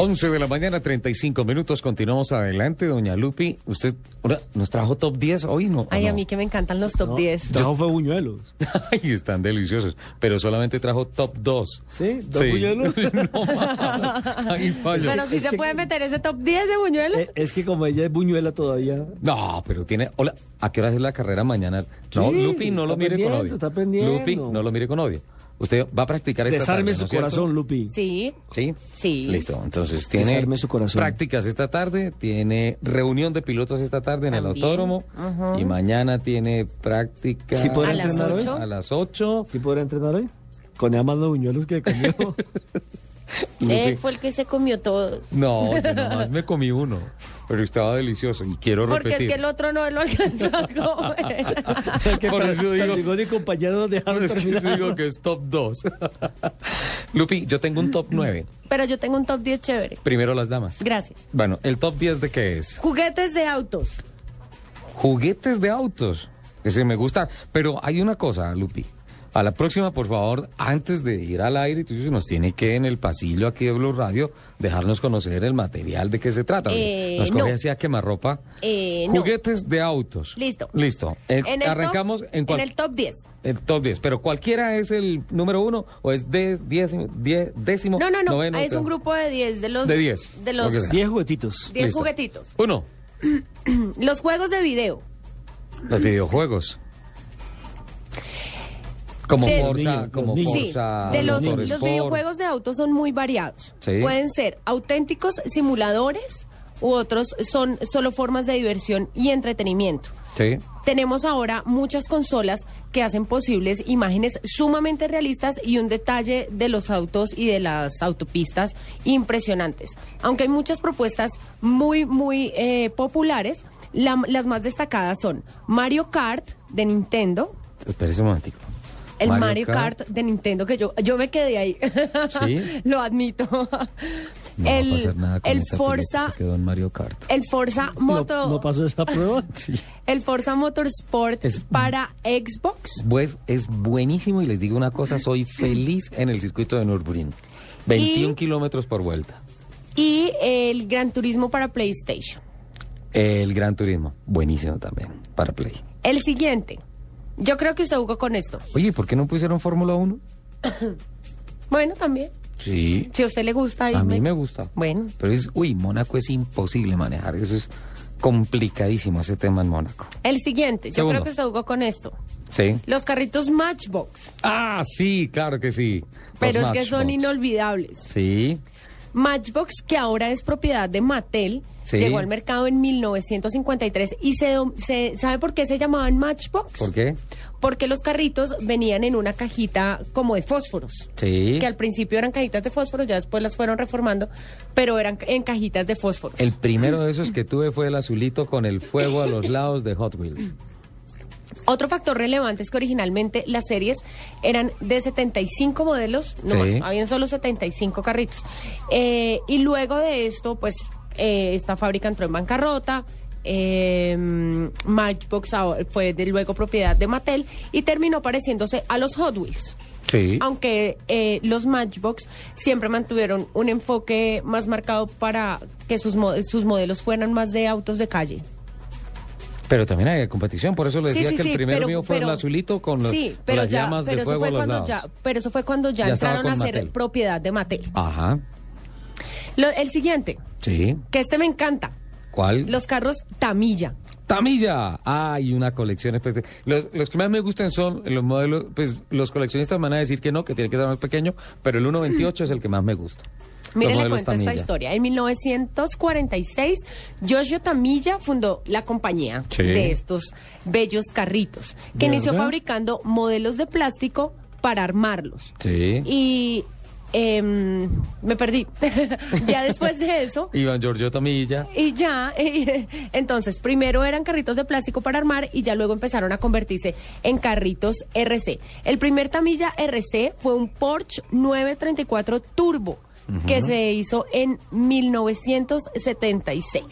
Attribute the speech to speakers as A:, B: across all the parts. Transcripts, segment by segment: A: 11 de la mañana, 35 minutos. Continuamos adelante, doña Lupi. Usted ahora, nos trajo top 10 hoy, ¿no? ¿O
B: Ay, a
A: no?
B: mí que me encantan los top 10.
C: Trajo fue buñuelos.
A: Ay, están deliciosos. Pero solamente trajo top 2.
C: ¿Sí? ¿Dos buñuelos?
A: no, más. Ay, fallo.
B: Pero si
C: es
B: se
C: que-
B: puede meter ese top 10 de buñuelos.
C: Eh, es que como ella es buñuela todavía.
A: No, pero tiene. Hola, ¿a qué hora es la carrera mañana? No,
C: Sí,
A: Lupi, no lo
C: está
A: mire con
C: pendiente,
A: odio.
C: está pendiente.
A: Lupi, no lo mire con odio. Usted va a practicar esta tarde,
C: Desarme
A: ¿no
C: su
A: es cierto?
C: corazón, Lupi.
B: Sí.
A: ¿Sí?
B: Sí.
A: Listo. Entonces tiene
C: Desarme su corazón.
A: prácticas esta tarde, tiene reunión de pilotos esta tarde en el
B: También.
A: autódromo
B: Ajá.
A: y mañana tiene prácticas
C: ¿Sí podrá
B: A las
C: entrenar hoy?
B: ocho.
A: a las 8.
C: ¿Sí podrá entrenar hoy? Con ella más los buñuelos que conmigo.
B: Él fue el que se comió todos.
A: No, yo nomás me comí uno, pero estaba delicioso y quiero
B: Porque es
A: repetir.
B: que el otro no lo alcanzó a comer.
A: Por eso digo-
C: Perdigón y compañeros nos dejaron
A: Pero es que
C: terminar.
A: yo digo que es top 2. Lupi, yo tengo un top 9.
B: Pero yo tengo un top 10 chévere.
A: Primero las damas.
B: Gracias.
A: Bueno, ¿el top 10 de qué es?
B: Juguetes de autos.
A: Juguetes de autos. Ese me gusta. Pero hay una cosa, Lupi. A la próxima, por favor, antes de ir al aire, tú dices, nos tiene que en el pasillo aquí de Blue Radio dejarnos conocer el material de qué se trata.
B: Eh,
A: nos coge
B: no.
A: así a quemarropa.
B: Eh, no.
A: Juguetes de autos.
B: Listo.
A: Listo. Eh,
B: En el top-
A: arrancamos en cual-
B: el top 10.
A: el top 10. Pero cualquiera es el número uno o es de, diez, diez- décimo.
B: No, no, no.
A: noveno,
B: es un
A: octavo?
B: grupo de 10. De los.
A: De 10,
B: De
A: lo
B: los
A: que sea.
C: 10 juguetitos.
B: 10
A: Listo.
B: juguetitos.
A: Uno,
B: Los juegos de video.
A: los videojuegos. Como
B: Del-
A: Forza,
C: Los
A: como
C: niños, los niños.
A: Forza.
B: sí, de los,
A: Motor
B: los
A: Sport.
B: videojuegos de autos son muy variados.
A: Sí.
B: Pueden ser auténticos simuladores u otros son solo formas de diversión y entretenimiento.
A: Sí.
B: Tenemos ahora muchas consolas que hacen posibles imágenes sumamente realistas y un detalle de los autos y de las autopistas impresionantes. Aunque hay muchas propuestas muy, muy eh, populares, la- las más destacadas son Mario Kart de Nintendo,
A: Espérese un momentico.
B: el Mario, Kart. de Nintendo, que yo, yo me quedé ahí.
A: Sí.
B: Lo admito.
A: No va a
B: el
A: pasar nada con
B: el
A: esta
B: Forza,
A: pileta, se quedó en Mario Kart.
B: el Forza
C: No,
B: Moto,
C: no pasó esa prueba.
B: el Forza Motorsport
A: Es-
B: para Xbox.
A: Pues es buenísimo y les digo una cosa, soy feliz en el circuito de Nürburgring. 21
B: Y-
A: kilómetros por vuelta.
B: Y el Gran Turismo para PlayStation.
A: El Gran Turismo, buenísimo también para Play.
B: El siguiente. Yo creo que usted jugó con esto.
A: Oye, ¿por qué no pusieron Fórmula 1?
B: Bueno, también.
A: Sí.
B: Si a usted le gusta. ahí
A: A mí me gusta.
B: Bueno.
A: Pero es, uy, Mónaco es imposible manejar. Eso es complicadísimo ese tema en Mónaco.
B: El siguiente. Yo
A: Segundo.
B: creo que usted jugó con esto.
A: Sí.
B: Los carritos Matchbox.
A: Ah, sí, claro que sí. Los
B: Pero es que son
A: Matchbox.
B: inolvidables.
A: Sí.
B: Matchbox, que ahora es propiedad de Mattel,
A: Sí.
B: llegó al mercado en 1953 y se, dom- se- ¿sabe por qué se llamaban Matchbox?
A: ¿Por qué?
B: Porque los carritos venían en una cajita como de fósforos.
A: Sí.
B: Que al principio eran cajitas de fósforos, ya después las fueron reformando, pero eran en cajitas de fósforos.
A: El primero de esos que tuve fue el azulito con el fuego a los lados de Hot Wheels.
B: Otro factor relevante es que originalmente las series eran de 75 modelos, no
A: Sí.
B: más, habían solo 75 carritos. Eh, y luego de esto, pues eh, esta fábrica entró en bancarrota, eh, Matchbox ahora fue de luego propiedad de Mattel y terminó pareciéndose a los Hot Wheels.
A: Sí.
B: Aunque eh, los Matchbox siempre mantuvieron un enfoque más marcado para que sus, mo- sus modelos fueran más de autos de calle.
A: Pero también hay competición, por eso le
B: Sí,
A: decía
B: sí,
A: que el
B: sí,
A: primero
B: pero-
A: mío fue el
B: pero-
A: azulito con, los-
B: sí,
A: con
B: pero
A: las
B: ya-
A: llamas
B: pero
A: de
B: eso
A: fuego
B: fue
A: a los
B: cuando
A: lados.
B: ya- pero eso fue cuando ya,
A: Ya estaba
B: entraron a
A: con
B: ser
A: Mattel.
B: propiedad de Mattel.
A: Ajá.
B: Lo- el siguiente,
A: Sí.
B: que este me encanta,
A: ¿Cuál?
B: los carros Tamilla.
A: Tamilla. Hay una colección especial. Los, los que más me gustan son los modelos, pues los coleccionistas me van a decir que no, que tiene que ser más pequeño, pero el 1.28 es el que más me gusta. Los
B: Mire, le
A: modelos
B: cuento
A: Tamiya.
B: esta historia. En 1946, Yoshio Tamilla fundó la compañía
A: Sí.
B: de estos bellos carritos, que
C: ¿De
B: inició
C: verdad?
B: fabricando modelos de plástico para armarlos.
A: Sí.
B: Y em, me perdí. ya después de eso,
A: Iván Giorgio Tamilla.
B: Y ya, eh, entonces, primero eran carritos de plástico para armar y ya luego empezaron a convertirse en carritos RC. El primer tamilla RC fue un Porsche 934 Turbo que se hizo en 1976.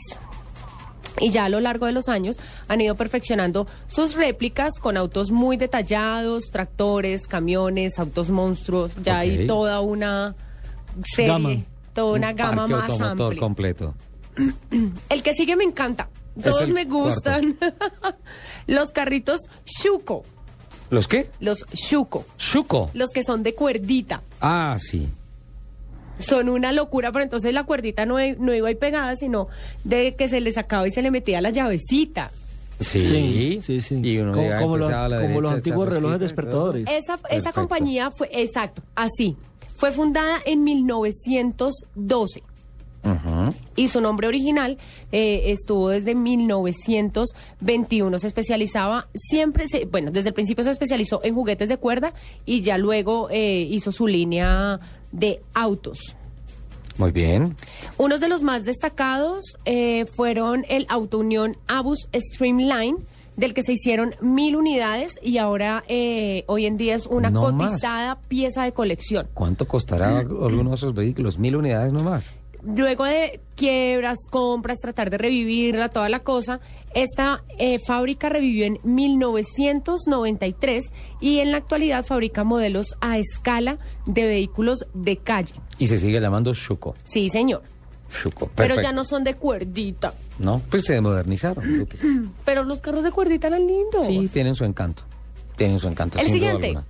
B: Y ya a lo largo de los años han ido perfeccionando sus réplicas con autos muy detallados, tractores, camiones, autos monstruos. Ya
A: Ok.
B: hay toda una serie,
C: Gama.
B: toda una
A: Un
B: gama
A: parque
B: más
A: automotor
B: amplia.
A: completo.
B: El que sigue me encanta.
A: Es
B: Todos
A: el
B: me gustan. los carritos Shuko.
A: ¿Los qué?
B: Los Shuko.
A: Shuko.
B: Los que son de cuerdita.
A: Ah, sí.
B: Son una locura, pero entonces la cuerdita no, no iba ahí pegada, sino de que se le sacaba y se le metía la llavecita.
A: Sí,
C: sí, sí.
A: Y uno
C: como,
A: llegaba y
C: como los-
A: empezaba a la
C: como los
A: derecha,
C: antiguos
A: echar
C: relojes
A: rosquita y todo eso.
C: despertadores.
B: Esa, esa
A: Perfecto.
B: compañía fue, exacto, así. Fue fundada en 1912
A: Ujú.
B: y su nombre original eh, estuvo desde 1921. Se especializaba siempre, se- bueno, desde el principio se especializó en juguetes de cuerda y ya luego eh, hizo su línea de autos.
A: Muy bien.
B: Unos de los más destacados eh, fueron el Auto Unión Abus Streamline, del que se hicieron mil unidades y ahora eh, hoy en día es una
A: No más.
B: cotizada pieza de colección.
A: ¿Cuánto costará alguno de esos vehículos? Mil unidades nomás.
B: Luego de quiebras, compras, tratar de revivirla, toda la cosa, esta eh, fábrica revivió en 1993 y en la actualidad fabrica modelos a escala de vehículos de calle.
A: Y se sigue llamando Shuko.
B: Sí, señor.
A: Shuko.
B: Pero
A: Perfecto.
B: ya no son de cuerdita.
A: No, pues se modernizaron. Lupi.
B: Pero los carros de cuerdita eran lindos.
A: Sí, tienen su encanto. Tienen su encanto.
B: El
A: sin duda
B: siguiente.
A: alguna.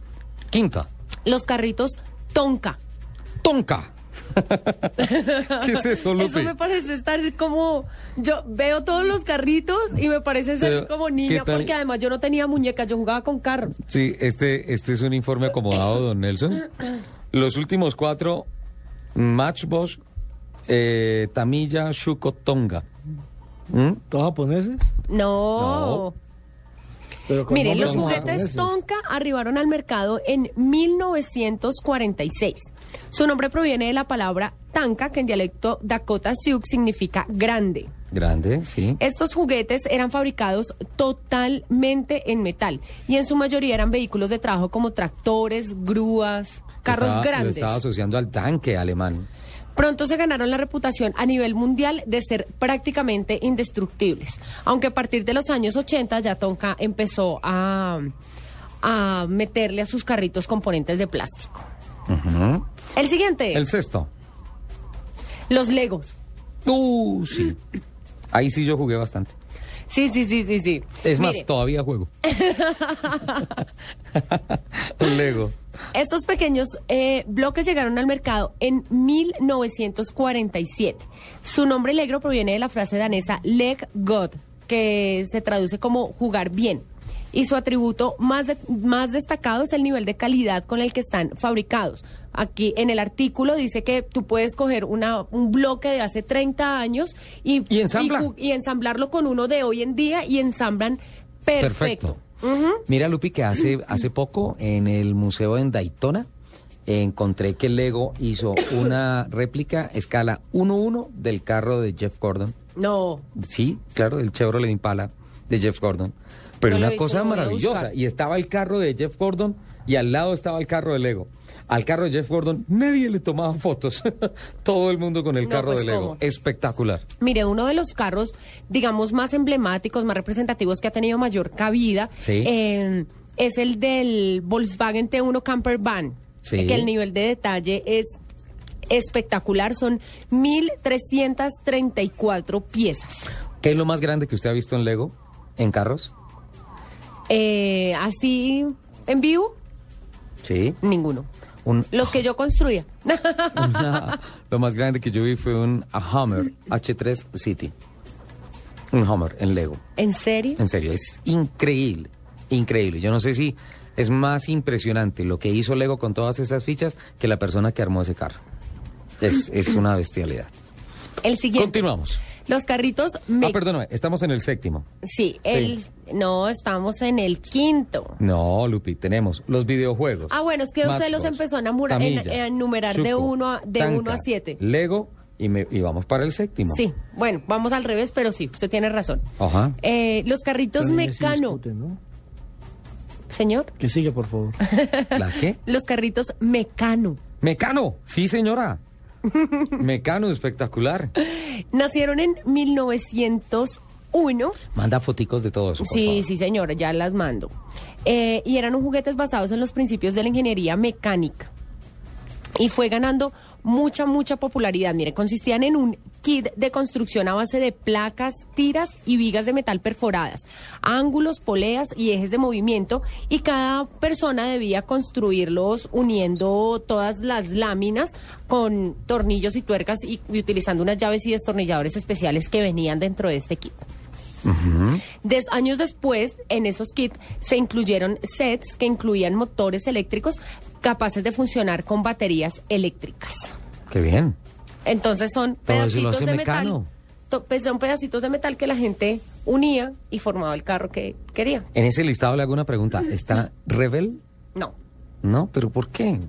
A: Quinta.
B: Los carritos Tonka.
A: Tonka. ¿Qué es eso,
B: Eso
A: Lupi?
B: me parece estar como. Yo veo todos los carritos y me parece ser
A: Pero,
B: como
A: ¿qué
B: niña,
A: tal?
B: porque además yo no tenía muñecas, yo jugaba con carros.
A: Sí, este, este es un informe acomodado, don Nelson. Los últimos cuatro, Matchbox, eh, Tamilla, Shuko, Tonga. ¿Mm?
C: Todos japoneses.
B: No.
A: No.
C: Pero con
B: Miren,
C: nombres
B: los
A: son
C: como
B: juguetes
C: japoneses.
B: Tonka arribaron al mercado en 1946. Su nombre proviene de la palabra tanka, que en dialecto Dakota Sioux significa grande.
A: Grande, sí.
B: Estos juguetes eran fabricados totalmente en metal y en su mayoría eran vehículos de trabajo como tractores, grúas, carros
A: Estaba- Lo
B: grandes.
A: estaba asociando al tanque alemán.
B: Pronto se ganaron la reputación a nivel mundial de ser prácticamente indestructibles. Aunque a partir de los años 80 ya Tonka empezó a, a meterle a sus carritos componentes de plástico.
A: Ujú.
B: El siguiente,
A: El sexto.
B: los Legos.
A: Uh, sí. Ahí sí yo jugué bastante.
B: Sí, sí, sí, sí, sí.
A: Es más,
B: Mire,
A: todavía juego. Lego.
B: Estos pequeños eh, bloques llegaron al mercado en 1947. Su nombre Legro proviene de la frase danesa Leg God, que se traduce como jugar bien. Y su atributo más, de- más destacado es el nivel de calidad con el que están fabricados. Aquí en el artículo dice que tú puedes coger una, un bloque de hace 30 años y,
A: Y ensamblar.
B: ju- y ensamblarlo con uno de hoy en día y ensamblan perfecto.
A: Perfecto. Mira, Lupi, que hace, hace poco en el museo en Daytona encontré que Lego hizo una réplica escala 1-1 del carro de Jeff Gordon.
B: No,
A: Sí, claro, del Chevrolet Impala de Jeff Gordon. Pero
B: No lo he
A: una
B: visto,
A: cosa
B: lo voy a
A: maravillosa.
B: buscar.
A: Y estaba el carro de Jeff Gordon y al lado estaba el carro de Lego. Al carro de Jeff Gordon nadie le tomaba fotos. Todo el mundo con el
B: No,
A: carro
B: pues,
A: de Lego.
B: ¿cómo?
A: Espectacular.
B: Mire, uno de los carros, digamos, más emblemáticos, más representativos que ha tenido mayor cabida
A: Sí.
B: eh, es el del Volkswagen T1 Camper Van,
A: Sí.
B: que el nivel de detalle es espectacular, son 1.334 piezas.
A: ¿Qué es lo más grande que usted ha visto en Lego? ¿En carros?
B: Eh, así, en vivo,
A: Sí.
B: ninguno.
A: Un,
B: Los que yo construía.
A: una- lo más grande que yo vi fue un Hummer H3 City. Un Hummer en Lego.
B: ¿En serio?
A: En serio, es increíble, increíble. Yo no sé si es más impresionante lo que hizo Lego con todas esas fichas que la persona que armó ese carro. Es, es una bestialidad.
B: El siguiente.
A: Continuamos.
B: Los carritos... me-
A: Ah, perdóname, estamos en el séptimo.
B: Sí, el... No, estamos en el quinto.
A: No, Lupi, tenemos los videojuegos.
B: Ah, bueno, es que usted los
A: Matchbox,
B: empezó a enamorar- en-
A: Tamiya,
B: a enumerar de
A: Zuko,
B: uno a- de
A: Tanka,
B: uno a siete.
A: Lego y, me- y vamos para el séptimo.
B: Sí, bueno, vamos al revés, pero sí, usted tiene razón.
A: Ajá.
B: Eh, los carritos
C: Los niños sí
B: mecano,
C: discuten, ¿no?
B: señor,
C: Que sigue, por favor.
A: ¿La qué?
B: los carritos mecano.
A: Mecano, sí señora. Mecano, espectacular.
B: Nacieron en 1901.
A: Manda foticos de todo eso. por
B: Sí,
A: favor.
B: sí, señora, ya las mando. Eh, y eran juguetes basados en los principios de la ingeniería mecánica. y fue ganando mucha, mucha popularidad. Mire, consistían en un kit de construcción a base de placas, tiras y vigas de metal perforadas, ángulos, poleas y ejes de movimiento y cada persona debía construirlos uniendo todas las láminas con tornillos y tuercas y, y utilizando unas llaves y destornilladores especiales que venían dentro de este kit. Des, años después, en esos kits se incluyeron sets que incluían motores eléctricos capaces de funcionar con baterías eléctricas.
A: Qué bien.
B: Entonces son
A: Todo eso lo
B: pedacitos
A: hace
B: de metal.
A: Mecano.
B: to- pues, son pedacitos de metal que la gente unía y formaba el carro que quería.
A: En ese listado le hago una pregunta. ¿Está Rebel?
B: No.
A: No, pero ¿por qué?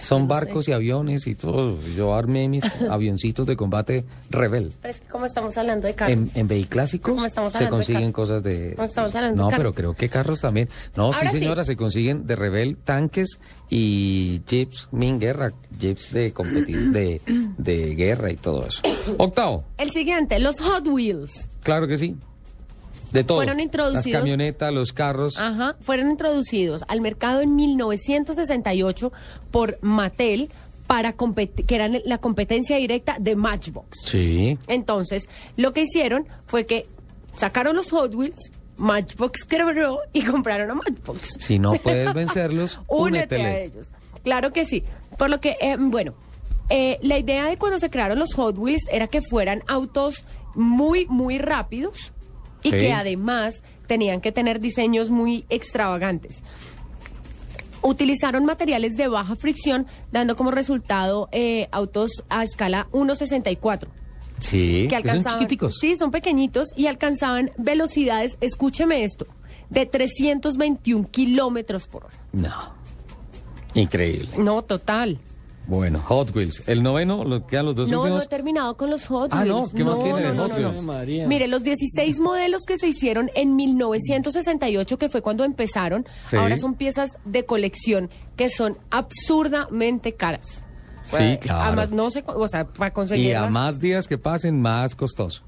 A: Son barcos y aviones y todo. Yo armé mis avioncitos de combate Rebel.
B: Pero es que como estamos hablando de carro.
A: En, en vehiclásicos
B: Como estamos
A: se
B: hablando de
A: consiguen
B: carros.
A: cosas de...
B: Como estamos hablando de
A: no,
B: carros.
A: pero creo que carros también. No, sí
B: Ahora sí.
A: señora, se consiguen de Rebel tanques y jeeps min guerra, jeeps de, competi- de, de guerra y todo eso. Octavo,
B: El siguiente, los Hot Wheels.
A: claro que sí. De todo.
B: Fueron
A: Las
B: introducidos- Ah.
A: camionetas, los carros.
B: Ajá, fueron introducidos al mercado en 1968 por Mattel para compet- que eran la competencia directa de Matchbox.
A: Sí.
B: Entonces, lo que hicieron fue que sacaron los Hot Wheels, Matchbox quebró y compraron a Matchbox.
A: Si no puedes vencerlos,
B: Únete a
A: úneteles.
B: ellos. Claro que sí. Por lo que, eh, bueno, eh, la idea de cuando se crearon los Hot Wheels era que fueran autos muy, muy rápidos y
A: Sí.
B: que además tenían que tener diseños muy extravagantes. Utilizaron materiales de baja fricción, dando como resultado eh, autos a escala 1.64
A: Sí, que
B: que
A: son
B: alcanzaban.
A: chiquiticos.
B: Sí, son pequeñitos y alcanzaban velocidades, escúcheme esto, de 321 kilómetros por hora.
A: No. Increíble.
B: No, total.
A: Bueno, Hot Wheels. El noveno, lo quedan los dos
B: No, no
A: últimos.
B: he terminado con los Hot Wheels.
A: Ah, no, ¿qué más tiene de
B: no,
A: Hot
B: no, no,
A: Wheels?
B: no.
C: María.
B: Mire, los 16 modelos que se hicieron en 1968, que fue cuando empezaron,
A: Sí.
B: ahora son piezas de colección que son absurdamente caras.
A: Sí,
B: Eh,
A: claro.
B: Además, no sé, cu- o sea, para conseguir
A: y a más días que pasen, más costoso.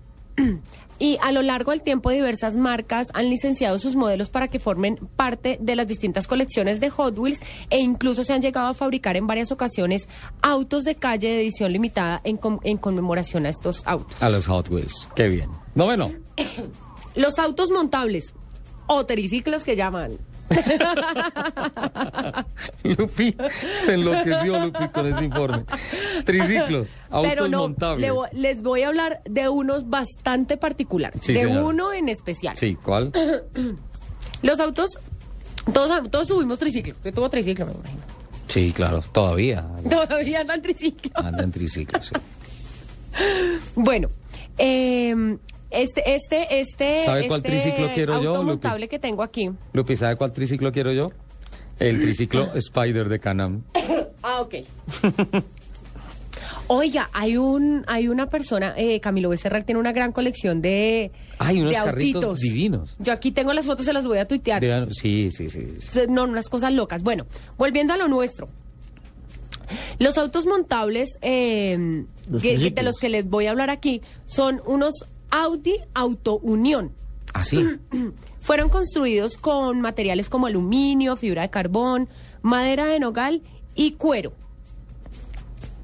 B: Y a lo largo del tiempo diversas marcas han licenciado sus modelos para que formen parte de las distintas colecciones de Hot Wheels e incluso se han llegado a fabricar en varias ocasiones autos de calle de edición limitada en, com- en conmemoración a estos autos.
A: A los Hot Wheels. Qué bien. Noveno.
B: Los autos montables o triciclos que llaman.
A: Lupi se enloqueció, Lupi, con ese informe. Triciclos, autos
B: Pero no,
A: montables.
B: le vo- les voy a hablar de unos bastante particulares,
A: Sí,
B: de
A: señora.
B: uno en especial.
A: Sí, ¿cuál?
B: Los autos, todos, todos tuvimos triciclo, usted tuvo triciclo, me imagino.
A: Sí, claro, todavía
B: Todavía andan triciclo.
A: andan triciclos. sí.
B: Bueno, eh, este, este, este.
A: ¿Sabe cuál
B: este
A: triciclo quiero yo,
B: auto
A: Lupi?
B: montable que tengo aquí.
A: Lupi, ¿sabe cuál triciclo quiero yo? El triciclo Spider de Canam.
B: Ah, ok. Oiga, hay un, hay una persona, eh, Camilo Becerra tiene una gran colección de,
A: Hay unos
B: de
A: carritos
B: autitos.
A: divinos.
B: Yo aquí tengo las fotos, se las voy a tuitear.
A: De- Sí, sí, sí. sí.
B: No, unas cosas locas. Bueno, volviendo a lo nuestro. Los autos montables eh,
C: Los
B: que- de
C: triciclos.
B: los que les voy a hablar aquí son unos Audi Auto Unión.
A: Así.
B: Fueron construidos con materiales como aluminio, fibra de carbón, madera de nogal y cuero.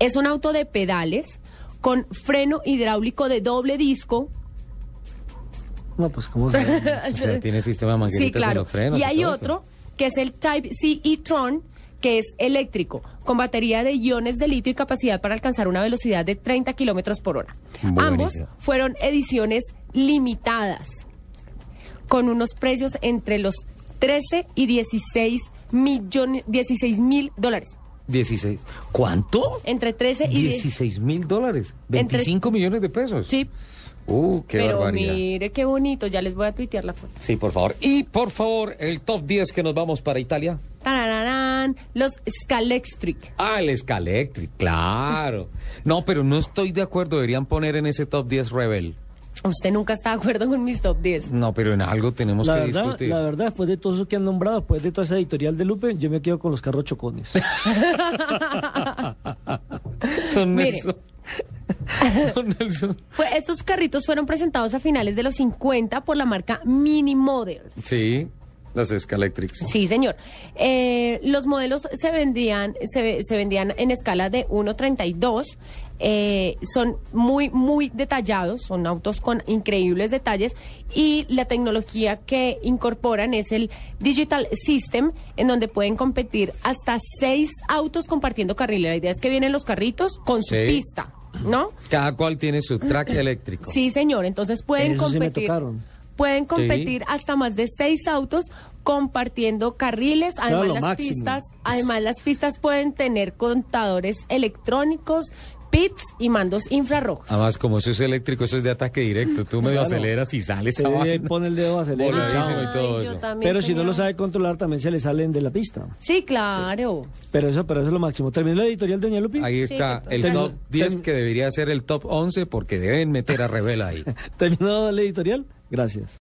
B: Es un auto de pedales con freno hidráulico de doble disco.
C: No, pues cómo se llama?
A: O sea, tiene sistema de
B: Sí,
A: mangueritas con
B: claro.
A: los frenos.
B: y hay
A: todo
B: otro que es el Type C e-tron, que es eléctrico, con batería de iones de litio y capacidad para alcanzar una velocidad de 30 kilómetros por hora.
A: Buenísimo.
B: Ambos fueron ediciones limitadas, con unos precios entre los 13 y 16 millones, 16 mil dólares.
A: esto. 16. ¿Cuánto?
B: Entre 13 y 16.
A: 16 mil dólares.
B: Entre-
A: 25 millones de pesos.
B: Sí,
A: Uh, qué
B: pero
A: barbaridad.
B: mire qué bonito, ya les voy a tuitear la foto.
A: Sí, por favor. Y por favor, el top 10 que nos vamos para Italia.
B: Tarararán, los Scalextric.
A: Ah, el Scalectric, claro. No, pero no estoy de acuerdo. Deberían poner en ese top 10 Rebel.
B: Usted nunca está de acuerdo con mis top 10.
A: No, pero en algo tenemos
C: La
A: que
C: verdad,
A: discutir.
C: la verdad, después de todo eso que han nombrado, después de toda esa editorial de Lupe, yo me quedo con los carros chocones.
A: Don
B: Mire.
A: Nelson. Don Nelson.
B: Fue- estos carritos fueron presentados a finales de los 50 por la marca Mini Models.
A: Sí. Las Escalectrics.
B: Sí, señor. Eh, los modelos se vendían, se, se vendían en escala de 1.32. eh, son muy, muy detallados, son autos con increíbles detalles y la tecnología que incorporan es el Digital System, en donde pueden competir hasta seis autos compartiendo carril. La idea es que vienen los carritos con su
A: Sí.
B: pista, ¿no?
A: Cada cual tiene su track eléctrico.
B: Sí, señor. Entonces pueden
C: Eso sí me
B: competir.
C: tocaron.
B: Pueden competir hasta más de seis autos compartiendo carriles.
C: Claro,
B: Además
C: lo
B: las
C: máximo.
B: pistas, además las pistas pueden tener contadores electrónicos, pits y mandos infrarrojos.
A: Además, como eso es eléctrico, eso es de ataque directo. Tú medio
C: Claro.
A: aceleras y sales.
C: Sí,
A: a
C: ahí pone el dedo, acelera,
B: Ah, Ay,
C: Voladísimo
A: y todo
B: yo
A: eso.
B: también
C: Pero si no
B: tenía-
C: lo sabe controlar, también se le salen de la pista.
B: Sí, claro.
C: Pero eso, pero eso es lo máximo. ¿Terminó la editorial, doña Lupi?
A: Ahí
B: Sí,
A: está
B: total.
A: el
C: Ten-
A: top 10
C: ten-
A: que debería ser el top 11 porque deben meter a Revela ahí.
C: ¿Terminó la editorial? Gracias.